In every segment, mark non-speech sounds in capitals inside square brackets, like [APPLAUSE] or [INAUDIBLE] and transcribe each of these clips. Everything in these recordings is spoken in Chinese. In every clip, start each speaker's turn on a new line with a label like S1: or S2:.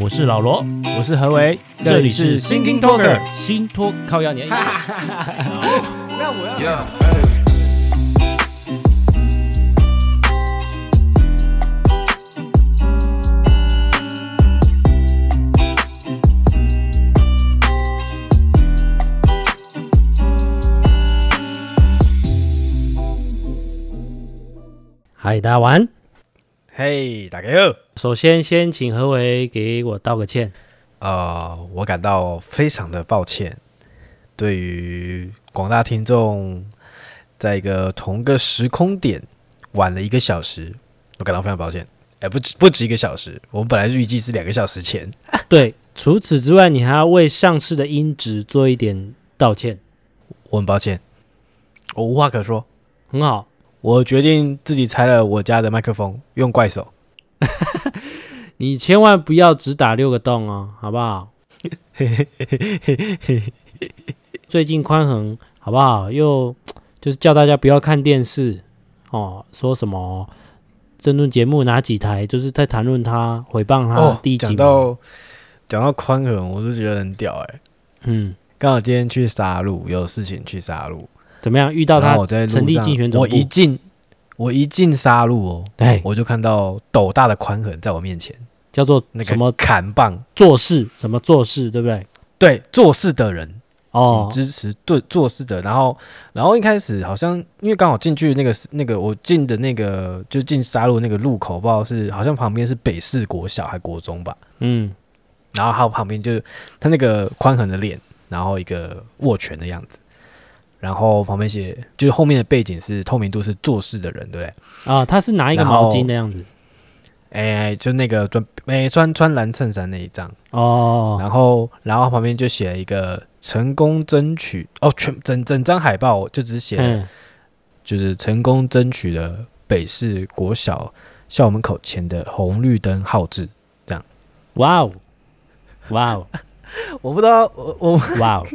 S1: 我是老罗，
S2: 我是何为，这里是 Thinking Talker。
S1: 新托靠压年。
S2: 那我要
S3: Yeah,
S1: 呃嗨，大家晚安。
S2: 嘿，大家好。
S1: 首先，先请何为给我道个歉。
S2: 呃，我感到非常的抱歉，对于广大听众，在一个同个时空点晚了一个小时，我感到非常抱歉。哎，不止不止一个小时，我们本来预计是两个小时前。
S1: 对，除此之外，你还要为上次的音质做一点道歉。
S2: 我很抱歉，我无话可说。
S1: 很好，
S2: 我决定自己拆了我家的麦克风，用怪手。
S1: 你千万不要只打六个洞哦，好不好？
S2: [LAUGHS]
S1: 最近宽恒好不好？又就是叫大家不要看电视哦，说什么争论节目哪几台就是在谈论他毁谤他、
S2: 哦
S1: 第，
S2: 讲
S1: 几名，
S2: 到讲到宽容，我就觉得很屌哎、
S1: 嗯，
S2: 刚好今天去杀戮，有事情去杀戮，
S1: 怎么样？遇到
S2: 然
S1: 他
S2: 后我在路
S1: 成立
S2: 上
S1: 竞选总
S2: 我
S1: 部
S2: 一进我一进杀戮哦，
S1: 对，
S2: 我就看到斗大的宽恒在我面前，
S1: 哎叫做
S2: 那
S1: 什么
S2: 个砍棒，
S1: 做事，什么做事，对不对？
S2: 对做事的人，
S1: 哦
S2: 挺，支持对做事的。然后，然后一开始好像因为刚好进去那个那个我进的那个就进杀戮那个路口，不知道是好像旁边是北市国小还国中吧，
S1: 嗯，
S2: 然后还有旁边就是他那个宽横的脸，然后一个握拳的样子，然后旁边写就是后面的背景是透明度是做事的人，对不对？
S1: 啊，他是拿一个
S2: 然
S1: 毛
S2: 后
S1: 巾的样子，
S2: 哎，就那个穿哎穿穿蓝衬衫那一张，
S1: 哦，
S2: 然后然后旁边就写了一个成功争取哦，全整整张海报就只写了
S1: 嗯，
S2: 就是成功争取了北市国小校门口前的红绿灯号志。
S1: 哇
S2: [LAUGHS]
S1: 哦，哇哦，
S2: 我不知道我我
S1: 哇哦，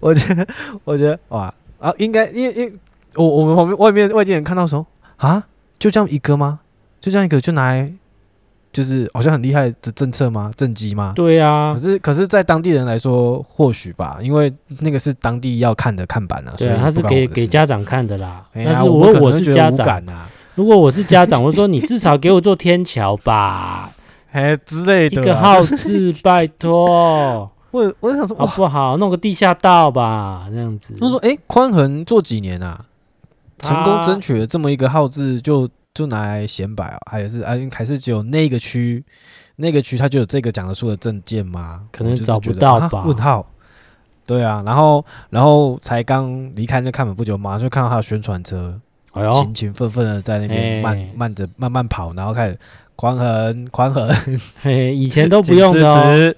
S2: 我觉得，我觉得哇啊，应该因为因为我我们旁边外面外地人看到说啊，就这样一个吗？就这样一个就拿来，就是好像很厉害的政策吗？政绩吗？
S1: 对啊
S2: 可，是可是，在当地人来说，或许吧，因因为那个是当地要看的看板 [LAUGHS] 啊，所
S1: 对
S2: 以
S1: 啊，他是
S2: 不关我
S1: 给
S2: 的
S1: 给
S2: 事，
S1: 家长看的啦。
S2: 哎呀
S1: 但是
S2: 我
S1: 如
S2: 可
S1: 果我
S2: 能
S1: 是
S2: 觉得
S1: 家
S2: 无
S1: 长，
S2: 感啊，
S1: 如果我是家长，我说你至少给我做天桥
S2: [LAUGHS]
S1: 吧，
S2: 哎之类
S1: 一
S2: 的啊、
S1: 个号哦字，拜
S2: [LAUGHS]
S1: 托，
S2: 我我就想说，
S1: 好
S2: 哇，
S1: 不好？弄个地下道吧，这样子。
S2: 他说，哎、宽恒做几年啊？成功争
S1: 取
S2: 取了这么一个号志就，就拿来显摆、啊，还是啊，还是只有那个区，那个区他就有这个讲得出的证件吗？
S1: 可能
S2: 我就是
S1: 找不
S2: 觉得
S1: 到
S2: 啊
S1: 吧
S2: 问号。对啊，然后然后才刚离开那看门不久，马上就看到他的宣传车，
S1: 哎呦，
S2: 勤勤奋奋的在那边慢、
S1: 哎
S2: 慢着慢慢跑，然后开始宽横宽横，
S1: 嘿，以前都不用的
S2: 请
S1: 哦，
S2: 支持。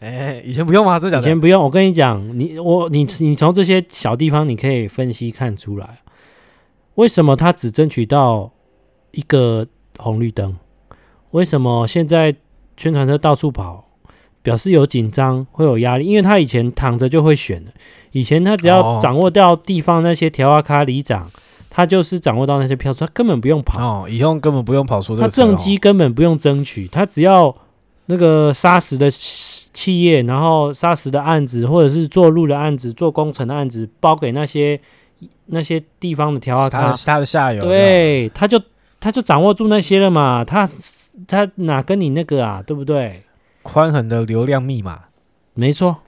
S2: 哎，以前不用吗？真的
S1: 以
S2: 假的
S1: 前？不用。我跟你讲，你我你你从这些小地方，你可以分析看出来，为什么他只争取到一个红绿灯？为什么现在宣传车到处跑？表示有紧张，会有压力，因为他以前躺着就会选了。以前他只要
S2: 哦
S1: 掌握到地方那些条啊卡里长，他就是掌握到那些票数，他根本不用跑。
S2: 哦，以后根本不用跑出这
S1: 他
S2: 个车哦
S1: 政绩根本不用争取，他只要那个砂石的企企业，然后砂石的案子，或者是做路的案子、做工程的案子，包给那些那些地方的调啊
S2: 他
S1: 他
S2: 的，他的下游
S1: 对，他就他就掌握住那些了嘛，他他哪跟你那个啊，对不对？
S2: 宽恒的流量密码。
S1: 没错，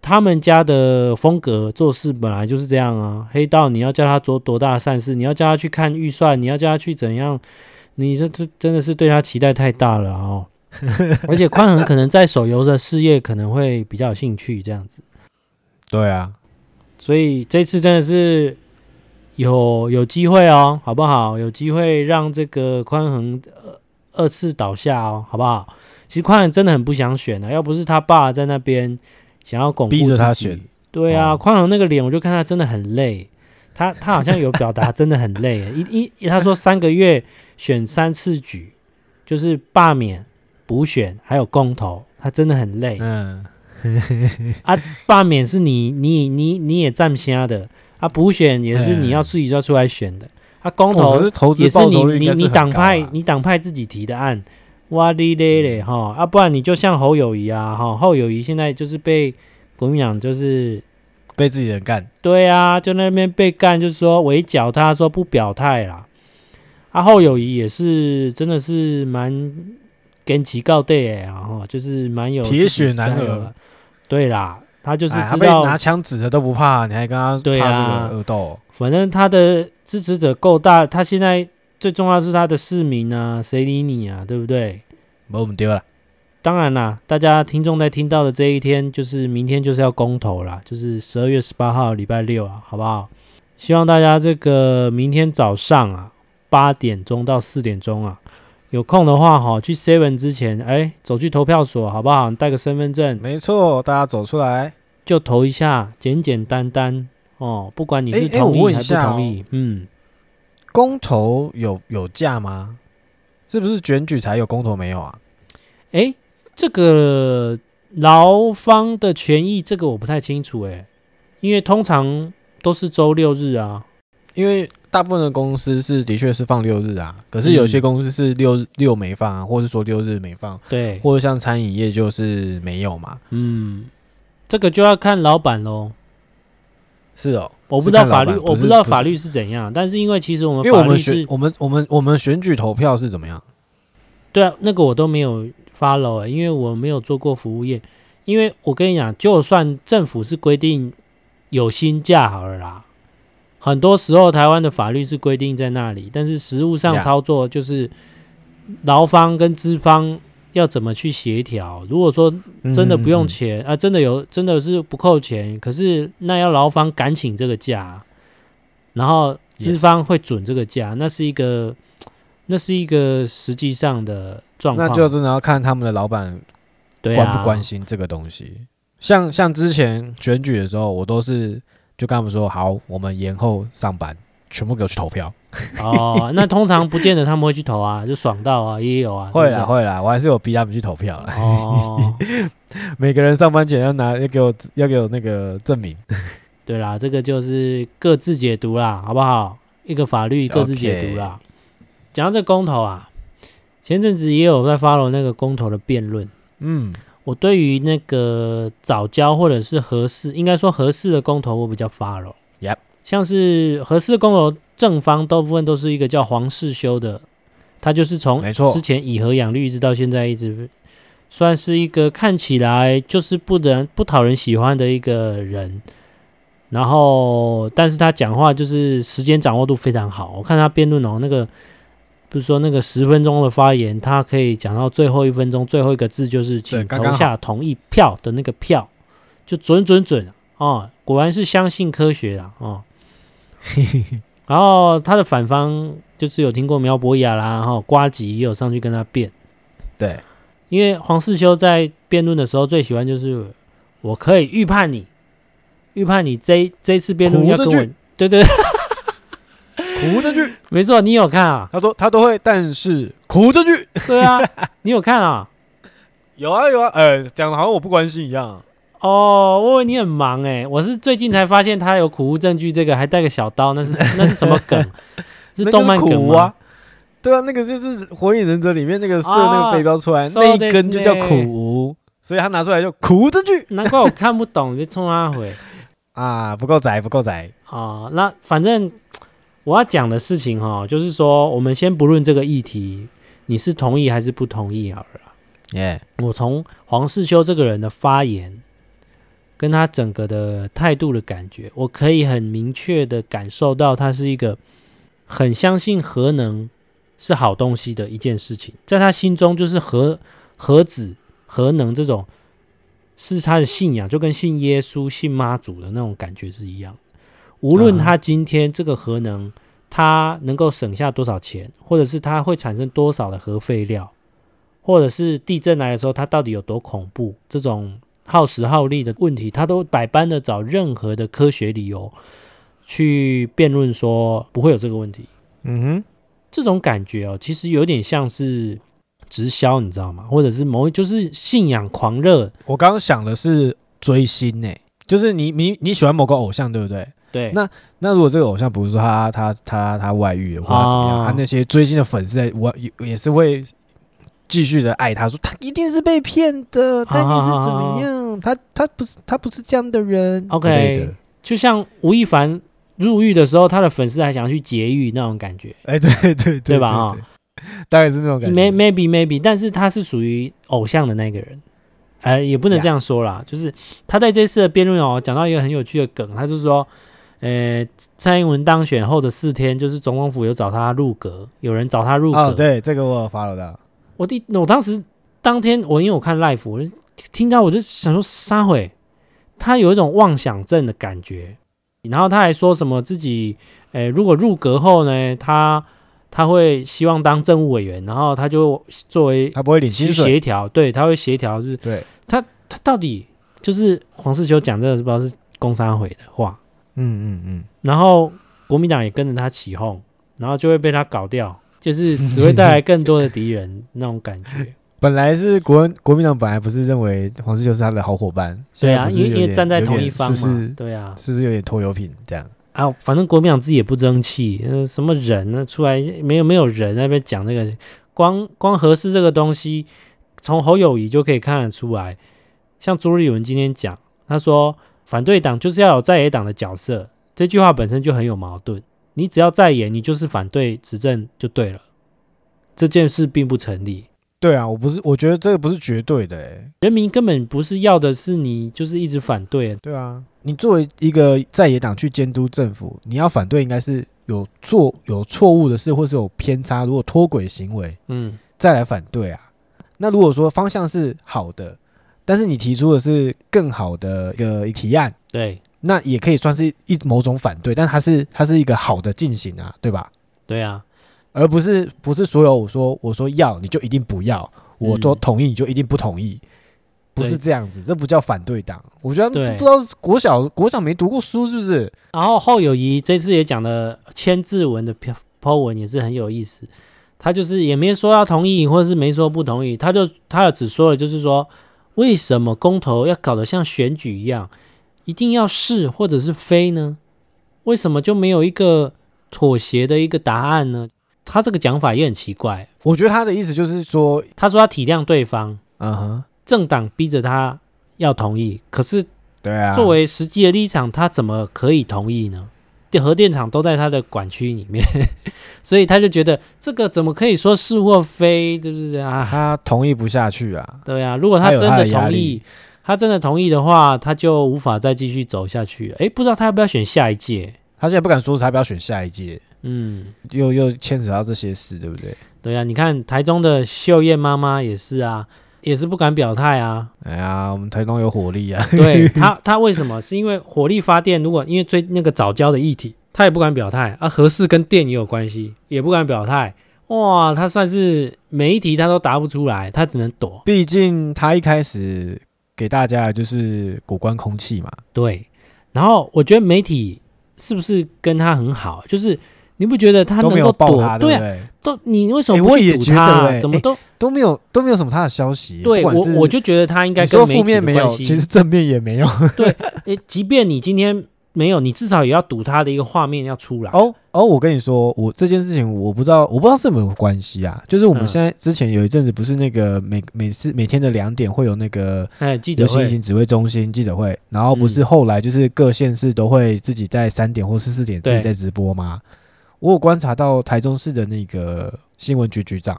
S1: 他们家的风格做事本来就是这样啊。黑道你要叫他做多大的善事，你要叫他去看预算，你要叫他去怎样，你这这真的是对他期待太大了哦。 [LAUGHS] 而且宽恒可能在手游的事业可能会比较有兴趣这样子，
S2: 对啊，
S1: 所以这次真的是有有机会哦，好不好？有机会让这个宽恒二二次倒下哦，好不好？其实宽恒真的很不想选的、要不是他爸在那边想要巩固
S2: 逼着他
S1: 自己
S2: 选，
S1: 对啊，
S2: 哦
S1: 宽宏那个脸，我就看他真的很累。他他好像有表达真的很累，一一他说三个月选三次举，就是罢免、补选还有公投，他真的很累。
S2: 嗯，
S1: 罢免是你你你你也站瞎的啊，补选也是你要自己要出来选的啊，公
S2: 哎哦可
S1: 投
S2: 是投资
S1: 也是
S2: 报
S1: 你
S2: 酬率应
S1: 你
S2: 该是
S1: 你
S2: 很
S1: 党
S2: 高啊嗯
S1: 派你党派自己提的案，哇哩咧咧哈啊，不然你就像侯友谊啊哈，侯友谊现在就是被国民党就是
S2: 被自己人干，
S1: 对啊，就那边被干，就是说围剿他，说不表态啦。啊，侯友谊也是真的是蛮跟其告对哎啊哈，就是蛮有
S2: 铁血男儿
S1: 自己 style 的，对啦，他就是
S2: 哎他
S1: 知
S2: 被
S1: 道
S2: 拿枪指的都不怕，你还跟他怕这
S1: 对啊
S2: 个恶斗？
S1: 反正他的支持者够大，他现在最重要的是他的市民啊，谁理你啊，对不对？
S2: 把我们丢了，
S1: 当然啦，大家听众在听到的这一天，就是明天就是要公投啦，就是十二月十八号礼拜六啊，好不好？希望大家这个明天早上啊，八点钟到四点钟啊，有空的话哈、去 Seven 之前，哎，走去投票所好不好？你带个身份证
S2: 没错，大家走出来。
S1: 就投一下，简简单单哦，不管你是
S2: 哎哎
S1: 同
S2: 我问
S1: 意
S2: 一
S1: 还不
S2: 下哦
S1: 同意，嗯。
S2: 公投有有价吗？是不是选举才有公投没有啊？
S1: 诶，这个劳方的权益，这个我不太清楚诶，因为通常都是周六日啊。
S2: 因为大部分的公司是的确是放六日啊，可是有些
S1: 嗯
S2: 公司是六日六没放啊，或者说六日没放，
S1: 对，
S2: 或者像餐饮业就是没有嘛。
S1: 嗯，这个就要看老板喽。
S2: 是哦，
S1: 我不知
S2: 是
S1: 道
S2: 看
S1: 法
S2: 老
S1: 律，
S2: 板
S1: 我
S2: 不
S1: 不
S2: 是
S1: 知道
S2: 不
S1: 法
S2: 是
S1: 律是怎样，但是因为其实我们
S2: 因
S1: 法
S2: 为我们
S1: 律
S2: 选
S1: 是，
S2: 我们我们我们选举投票是怎么样？
S1: 对啊，那个我都没有 follow，、欸、因为我没有做过服务业。因为我跟你讲，就算政府是规定有薪假好了啦，很多时候台湾的法律是规定在那里，但是实务上
S2: Yeah
S1: 操作就是劳方跟资方要怎么去协调。如果说真的不用
S2: 嗯
S1: 钱、啊，真的有真的是不扣钱，可是那要劳方敢请这个假，然后资
S2: Yes
S1: 方会准这个假，那是一个那是一个实际上的状况，
S2: 那就真的要看他们的老板
S1: 对
S2: 关
S1: 啊，
S2: 不关心这个东西。像像之前选举的时候，我都是就跟他们说，好，我们延后上班，全部给我去投票。
S1: 哦，
S2: [LAUGHS]
S1: 那通常不见得他们会去投啊，就爽到啊，也有啊，
S2: 会
S1: 对
S2: 啦
S1: 不对
S2: 会啦，我还是有逼他们去投票啦。
S1: 哦，
S2: [LAUGHS] 每个人上班前要拿要给我要给我那个证明。
S1: 对啦，这个就是各自解读啦，好不好？一个法律
S2: OK
S1: 各自解读啦。讲到这公投啊，前阵子也有在 follow 那个公投的辩论。
S2: 嗯，
S1: 我对于那个早教或者是合适，应该说合适的公投，我比较 follow。
S2: Yep
S1: 像是合适的公投，正方大部分都是一个叫黄世修的，他就是从
S2: 没错
S1: 之前以和养绿，一直到现在一直算是一个看起来就是不人不讨人喜欢的一个人。然后，但是他讲话就是时间掌握度非常好。我看他辩论哦，那个不是说那个十分钟的发言，他可以讲到最后一分钟，最后一个字就是请
S2: 对刚
S1: 投
S2: 刚
S1: 下同意票的那个票，就准准准啊、哦！果然是相信科学啊！哦，然后他的反方就是有听过苗博雅啦，然后瓜吉也有上去跟他辩，
S2: 对，
S1: 因为黄世修在辩论的时候最喜欢就是我可以预判你，预判你这一这一次辩论
S2: 苦
S1: 要
S2: 这
S1: 跟我
S2: 句，
S1: 对对，对
S2: [LAUGHS] 苦无证据。
S1: 没错，你有看啊？
S2: 他说他都会，但是苦无证据
S1: 对啊， [LAUGHS] 你有看啊？
S2: 有啊有啊，呃，讲的好像我不关心一样。
S1: 哦，我以为你很忙哎、我是最近才发现他有苦无证据，这个还带个小刀，那是那是什么
S2: [LAUGHS]
S1: 梗？是
S2: 那
S1: 动漫
S2: 就是
S1: 梗
S2: 苦
S1: 吗？
S2: 啊。对啊，那个就是《火影忍者》里面那个射那
S1: 啊
S2: 个飞镖出来、
S1: そう
S2: 那一
S1: です
S2: 根就叫
S1: ね
S2: 苦无，所以他拿出来就苦无证据
S1: 难怪我看不懂，你就冲他回
S2: 啊，不够宅不够宅，
S1: 哦。那反正我要讲的事情哈，就是说，我们先不论这个议题，你是同意还是不同意好了。
S2: 耶、
S1: 我从黄世修这个人的发言，跟他整个的态度的感觉，我可以很明确的感受到，他是一个很相信核能是好东西的一件事情，在他心中就是核核子、核能这种是他的信仰，就跟信耶稣、信妈祖的那种感觉是一样。无论
S2: 嗯
S1: 他今天这个核能，它能够省下多少钱，或者是它会产生多少的核废料，或者是地震来的时候它到底有多恐怖，这种耗时耗力的问题，他都百般的找任何的科学理由去辩论说不会有这个问题。
S2: 嗯
S1: 这种感觉哦，其实有点像是直销，你知道吗？或者是某一就是信仰狂热
S2: 哼，，我刚刚想的是追星呢、就是你你你喜欢某个偶像对不对？
S1: 对，
S2: 那如果这个偶像不是说他他他他外遇的话
S1: 哦
S2: 怎么样？他那些追星的粉丝在我也也是会继续的爱他，说他一定是被骗的，
S1: 好
S2: 但你是怎
S1: 好好
S2: 么样？他他不是他不是这样的人
S1: 哦 OK
S2: 之类的。
S1: 就像吴亦凡入狱的时候，他的粉丝还想要去劫狱那种感觉。
S2: 哎，对对对
S1: 对吧啊？
S2: 大概是那种感觉。
S1: May- maybe maybe，但是他是属于偶像的那个人，呃，也不能这样说啦。就是他在这次的辩论哦，讲到一个很有趣的梗，他就说，呃，蔡英文当选后的四天，就是总统府有找他入阁，有人找他入阁。
S2: 哦，对，这个我有 follow 到。
S1: 我第我当时当天我因为我看 live，我就听到我就想说撒谎，他有一种妄想症的感觉。然后他还说什么自己，诶、如果入阁后呢，他他会希望当政务委员，然后他就作为
S2: 他不会领薪
S1: 去
S2: 水，
S1: 协调，对，他会协调，就是
S2: 对，
S1: 他到底就是黄世修讲这个是不知道是工商会的话，
S2: 嗯嗯嗯，
S1: 然后国民党也跟着他起哄，然后就会被他搞掉，就是只会带来更多的敌人那种感觉。
S2: 本来是国国民党本来不是认为黄世修是他的好伙伴，
S1: 对啊，
S2: 现在不是
S1: 因为因
S2: 有
S1: 为
S2: 点
S1: 站在
S2: 有点
S1: 同一方嘛，
S2: 是不是
S1: 对啊，
S2: 是不是有点拖油瓶这样？
S1: 啊，反正国民党自己也不争气，呃、什么人呢？出来没有没有人在那边讲这个，光光合适这个东西，从侯友谊就可以看得出来。像朱立伦今天讲，他说反对党就是要有在野党的角色，这句话本身就很有矛盾。你只要在野，你就是反对执政就对了，这件事并不成立。
S2: 对啊，我不是，我觉得这个不是绝对的、欸，
S1: 人民根本不是要的是你就是一直反对，
S2: 对啊，你作为一个在野党去监督政府，你要反对应该是有做有错误的事，或是有偏差，如果脱轨行为
S1: 嗯，
S2: 再来反对啊。那如果说方向是好的，但是你提出的是更好的一个提案，
S1: 对
S2: 那也可以算是一某种反对，但它是它是一个好的进行啊，对吧？
S1: 对啊，
S2: 而不是不是所有我说我说要你就一定不要，
S1: 嗯
S2: 我说同意你就一定不同意，不是这样子，这不叫反对党。我觉得他们
S1: 对
S2: 不知道是国小国小没读过书是不是？
S1: 然后后友谊这次也讲了千字文的篇 po 文也是很有意思，他就是也没说要同意，或者是没说不同意，他就他只说了就是说为什么公投要搞得像选举一样，一定要是或者是非呢？为什么就没有一个妥协的一个答案呢？他这个讲法也很奇怪，
S2: 我觉得他的意思就是说，
S1: 他说他体谅对方，
S2: 嗯哼，
S1: 政党逼着他要同意，可是
S2: 对啊，
S1: 作为实际的立场，他怎么可以同意呢？核电厂都在他的管区里面， [LAUGHS] 所以他就觉得这个怎么可以说是或非，对不对啊？
S2: 他同意不下去啊，
S1: 对啊，如果他
S2: 他有
S1: 真
S2: 他的压
S1: 同意
S2: 力，
S1: 他真的同意的话，他就无法再继续走下去了。诶，不知道他要不要选下一届？
S2: 他现在不敢说是他不要选下一届，
S1: 嗯，
S2: 又又牵扯到这些事，对不对？
S1: 对啊，你看台中的秀艳妈妈也是啊，也是不敢表态啊。
S2: 哎呀，我们台东有火
S1: [LAUGHS]
S2: 力啊，
S1: 对他，他为什么？是因为火力发电，如果因为最那个早教的议题，他也不敢表态啊。核四跟电也有关系，也不敢表态。哇，他算是每一题他都答不出来，他只能躲。
S2: 毕竟他一开始给大家的就是古关空气嘛，
S1: 对，然后我觉得媒体是不是跟他很好？就是你不觉得他
S2: 都
S1: 能
S2: 没
S1: 够
S2: 有
S1: 躲
S2: 爆？他，
S1: 对啊，
S2: 不对？
S1: 都你为什么
S2: 诶
S1: 不
S2: 我
S1: 去
S2: 也
S1: 堵
S2: 觉得
S1: 他啊？
S2: 诶
S1: 怎么
S2: 诶
S1: 都？
S2: 都没有都没有什么他的消息，
S1: 对
S2: 不管
S1: 我
S2: 是，
S1: 我就觉得他应该
S2: 你
S1: 跟
S2: 说
S1: 媒
S2: 负
S1: 体
S2: 面
S1: 的
S2: 没
S1: 关
S2: 有，
S1: 系。
S2: 其实正面
S1: [LAUGHS]
S2: 也没有
S1: 诶即便你今天没有，你至少也要堵他的一个画面要出来。
S2: 哦哦，我跟你说，我这件事情我不知道，我不知道是有没有关系啊。就是我们
S1: 嗯
S2: 现在之前有一阵子不是那个每每次每天的两点会有那个
S1: 哎，记者
S2: 流行
S1: 会嗯
S2: 疫，情指挥中心记者会，然后不是后来就是各县市都会自己在三点或是四点自
S1: 对
S2: 己在直播吗？我有观察到台中市的那个新闻局局长，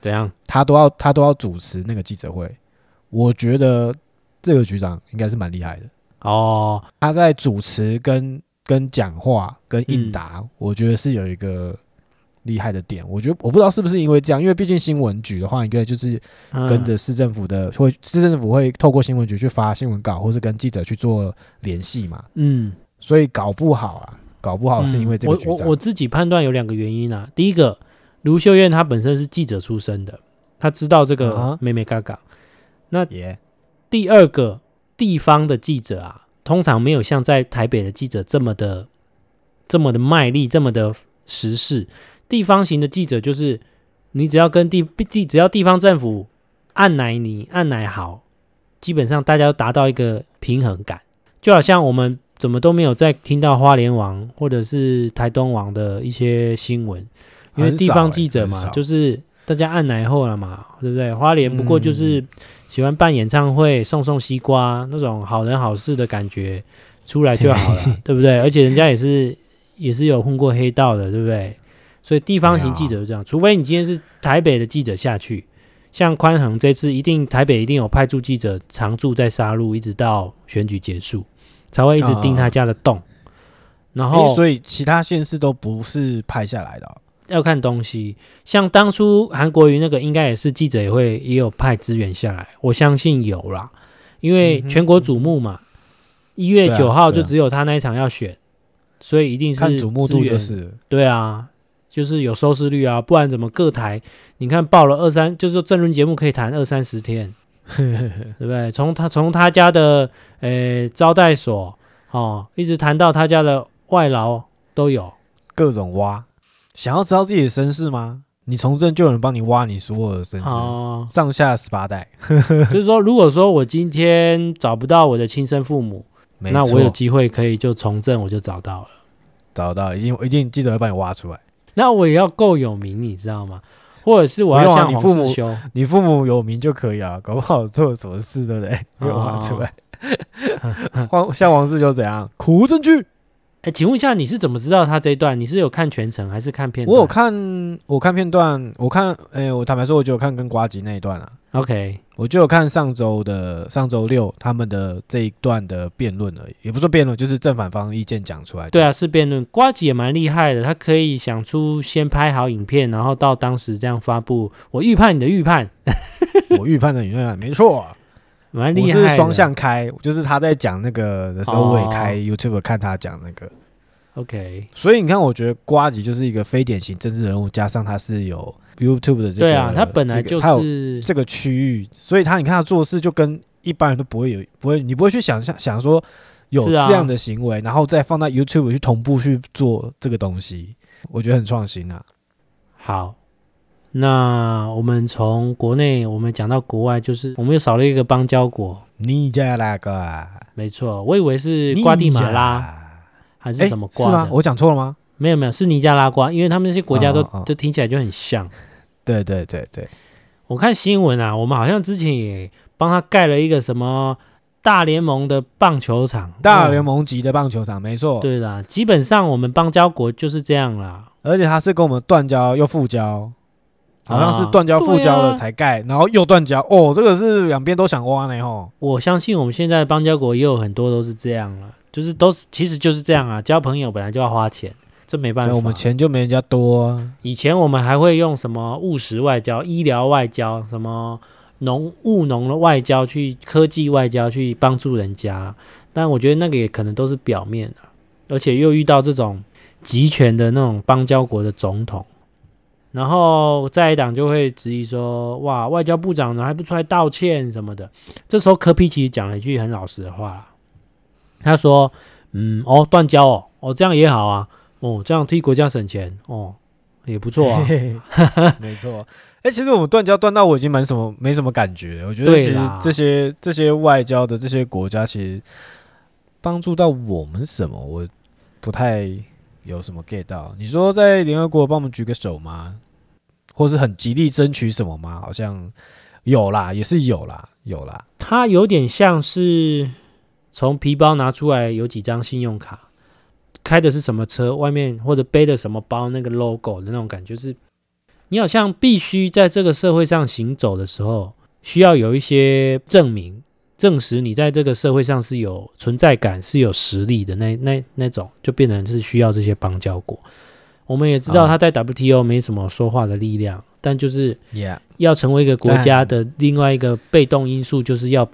S1: 怎样？
S2: 他都要他都要主持那个记者会，我觉得这个局长应该是蛮厉害的。
S1: 哦，
S2: 他在主持跟跟讲话跟
S1: 嗯
S2: 应答，我觉得是有一个厉害的点。我觉得我不知道是不是因为这样，因为毕竟新闻局的话，应该就是
S1: 嗯
S2: 跟着市政府的，会市政府会透过新闻局去发新闻稿，或是跟记者去做联系嘛。
S1: 嗯，
S2: 所以搞不好啊，搞不好是因为这个
S1: 嗯
S2: 局
S1: 我我
S2: 长
S1: 我自己判断有两个原因啊。第一个，卢秀燕她本身是记者出身的，她知道这个
S2: 啊
S1: 妹妹嘎嘎。
S2: 耶，
S1: 第二个，地方的记者啊，通常没有像在台北的记者这么的、这么的卖力、这么的时事。地方型的记者就是，你只要跟地地只要地方政府按奶你按奶好，基本上大家都达到一个平衡感。就好像我们怎么都没有在听到花莲王或者是台东王的一些新闻，因为
S2: 很少
S1: 地方
S2: 欸
S1: 记者
S2: 很
S1: 嘛，
S2: 少
S1: 就是大家按来后了嘛，对不对？花莲不过就是喜欢办演唱会、送送西瓜那种好人好事的感觉出来就好了，对不对？而且人家也是也是有混过黑道的，对不对？所以地方型记者就这样，除非你今天是台北的记者下去，像宽恒这次一定台北一定有派驻记者常驻在沙鹿，一直到选举结束才会一直盯他家的洞。然
S2: 诶
S1: 后
S2: 所以其他县市都不是拍下来的哦、
S1: 要看东西，像当初韩国瑜那个，应该也是记者也会也有派资源下来，我相信有啦，因为全国瞩目嘛，一月
S2: 对啊
S1: 九号
S2: 对
S1: 就
S2: 啊
S1: 只有他那一场要选，所以一定是
S2: 看瞩目
S1: 资
S2: 度
S1: 源
S2: 就是
S1: 对啊，就是有收视率啊，不然怎么各台你看报了二三，就是说政论节目可以谈二三十
S2: [LAUGHS]
S1: 天，对不对？从他从他家的呃招待所哦，一直谈到他家的外劳都有。
S2: 各种挖。想要知道自己的身世吗？你从政就有人帮你挖你所有的身世，
S1: 哦，
S2: 上下十八代。 [LAUGHS]
S1: 就是说，如果说我今天找不到我的亲生父母，
S2: 没
S1: 那我有
S2: 错，
S1: 机会可以就从政，我就找到了。
S2: 找到一定一定记者会帮你挖出来。
S1: 那我也要够有名，你知道吗？或者是我
S2: 不
S1: 要
S2: 用啊
S1: 像
S2: 你
S1: 黄
S2: 父母
S1: 世修，
S2: 你父母有名就可以啊，搞不好做了什么事，对不对？
S1: 哦
S2: [LAUGHS] 被挖出来。 [LAUGHS] 黄像王室就怎样？苦无证据。
S1: 哎，请问一下，你是怎么知道他这一段？你是有看全程还是看片段？
S2: 我有看，我看片段，我看，哎、我坦白说，我就有看跟瓜吉那一段啊，
S1: OK，
S2: 我就有看上周的上周六他们的这一段的辩论而已，也不说辩论，就是正反方意见讲出来。
S1: 对，啊，是辩论。瓜吉也蛮厉害的，他可以想出先拍好影片，然后到当时这样发布。我预判你的预判，
S2: 我预判的理论没错啊、
S1: 蛮
S2: 我
S1: 厉害的。
S2: 是双向开，就是他在讲那个的时候，
S1: 哦
S2: 我也开 YouTube 看他讲那个。
S1: OK，
S2: 所以你看，我觉得瓜吉就是一个非典型政治人物，加上他是有 YouTube 的这个，
S1: 对啊，他本来
S2: 这个
S1: 就
S2: 他有
S1: 是
S2: 这个区域，所以他你看他做事就跟一般人都不会有，不会你不会去想象想说有
S1: 是啊
S2: 这样的行为，然后再放到 YouTube 去同步去做这个东西，我觉得很创新啊。
S1: 好，那我们从国内我们讲到国外，就是我们又少了一个邦交国，
S2: 你家那个啊
S1: 没错，我以为是瓜地马拉？还
S2: 哎，
S1: 是
S2: 是
S1: 什么瓜的，
S2: 吗？我讲错了吗？
S1: 没有没有是尼加拉瓜，因为他们那些国家都、
S2: 哦哦哦
S1: 都听起来就很像。
S2: 对对对对，
S1: 我看新闻啊，我们好像之前也帮他盖了一个什么大联盟的棒球场，
S2: 大
S1: 哦
S2: 联盟级的棒球场，没错。
S1: 对啦，基本上我们邦交国就是这样啦。
S2: 而且他是跟我们断交又复交，好像是
S1: 啊
S2: 断交复交
S1: 对啊
S2: 了才盖，然后又断交。哦，这个是两边都想挖呢吼。
S1: 我相信我们现在的邦交国也有很多都是这样了，就是都是其实就是这样啊，交朋友本来就要花钱，这没办
S2: 那
S1: 法。啊
S2: 我们钱就没人家多啊，
S1: 以前我们还会用什么务实外交、医疗外交、什么农务农的外交、去科技外交去帮助人家，但我觉得那个也可能都是表面的、而且又遇到这种集权的那种邦交国的总统，然后在野党就会质疑说：“哇，外交部长呢还不出来道歉什么的。”这时候柯皮其实讲了一句很老实的话啦，他说：“嗯，哦，断交哦，哦，这样也好啊，哦，这样替国家省钱哦。”也不错啊，
S2: [LAUGHS] 没错。哎、其实我们断交断到我已经蛮什么没什么感觉了，我觉得
S1: 对
S2: 其实
S1: 啦
S2: 这些这些外交的这些国家其实帮助到我们什么，我不太有什么 get 到。你说在联合国帮我们举个手吗？或是很极力争取什么吗？好像有啦，也是有啦，有啦。
S1: 它有点像是从皮包拿出来有几张信用卡，开的是什么车，外面或者背的什么包，那个 logo 的那种感觉，就是你好像必须在这个社会上行走的时候，需要有一些证明，证实你在这个社会上是有存在感、是有实力的那那那种，就变成是需要这些邦交国。我们也知道
S2: 啊
S1: 他在 WTO 没什么说话的力量，但就是
S2: Yeah，
S1: 要成为一个国家的另外一个被动因素，就是要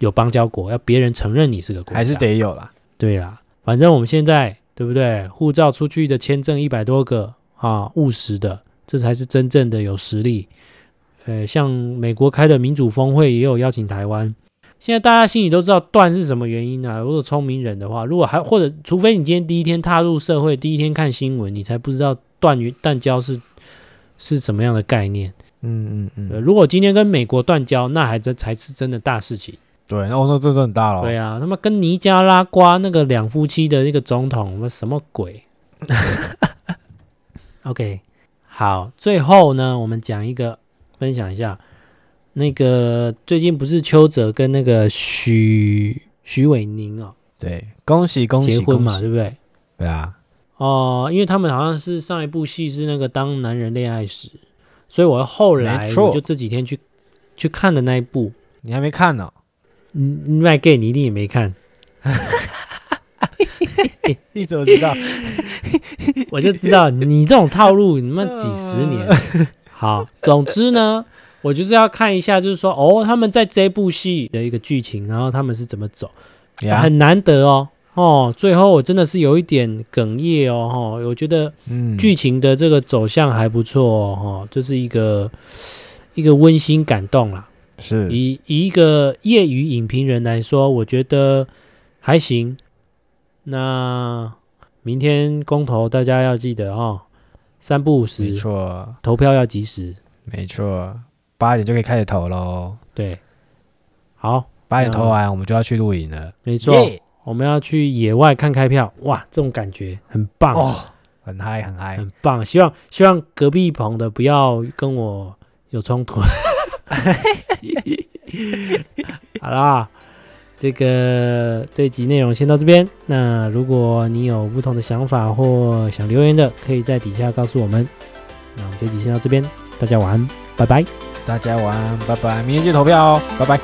S1: 有邦交国，要别人承认你是个国家，
S2: 还是得有啦。
S1: 对啊啦。反正我们现在对不对？护照出去的签证一百多个啊，务实的，这才是真正的有实力。呃，像美国开的民主峰会也有邀请台湾。现在大家心里都知道断是什么原因啊。如果聪明人的话，如果还或者除非你今天第一天踏入社会，第一天看新闻，你才不知道断与断交是是怎么样的概念。
S2: 嗯嗯
S1: 呃，
S2: 嗯，
S1: 如果今天跟美国断交，那还真才是真的大事情。
S2: 对，那我说这真的很大了。
S1: 对啊，他妈跟尼加拉瓜那个两
S2: [LAUGHS]
S1: 夫妻的那个总统，我们什么鬼？OK，好，最后呢，我们讲一个，分享一下那个最近不是邱泽跟那个许许伟宁哦
S2: 对，恭喜恭喜
S1: 结婚嘛，
S2: 恭喜
S1: 对不对？
S2: 对啊，
S1: 哦、因为他们好像是上一部戏是那个《当男人恋爱时》，所以我后来
S2: 没错
S1: 我就这几天去去看的那一部，
S2: 你还没
S1: [LAUGHS]
S2: 看呢、
S1: 嗯，卖 gay 你一定也没看，
S2: 你怎么知道？
S1: 我就知道你这种套路，你们几十年。好，总之呢，我就是要看一下，就是说哦，他们在这部戏的一个剧情，然后他们是怎么走，
S2: [LAUGHS] 呀，
S1: 很难得哦。哦，最后我真的是有一点哽咽哦，哦，我觉得
S2: 嗯，
S1: 剧情的这个走向还不错哦，哦就是一个一个温馨感动啦。
S2: 是
S1: 以以一个业余影评人来说，我觉得还行。那明天公投大家要记得哦，三不五
S2: 没
S1: 时
S2: 错，
S1: 投票要及时。
S2: 没错，八点就可以开始投喽。
S1: 对，好，
S2: 八点投完，我们就要去露营了。
S1: 没错
S2: 耶
S1: 我们要去野外看开票，哇，这种感觉很棒，
S2: 哦，很嗨，很嗨。
S1: 很棒。希望希望隔壁棚的不要跟我有冲突。 [LAUGHS] 好啦，这个这集内容先到这边。那如果你有不同的想法或想留言的，可以在底下告诉我们。那我们这集先到这边，大家晚安，拜拜。
S2: 大家晚安，拜拜，明天见投票哦，拜拜。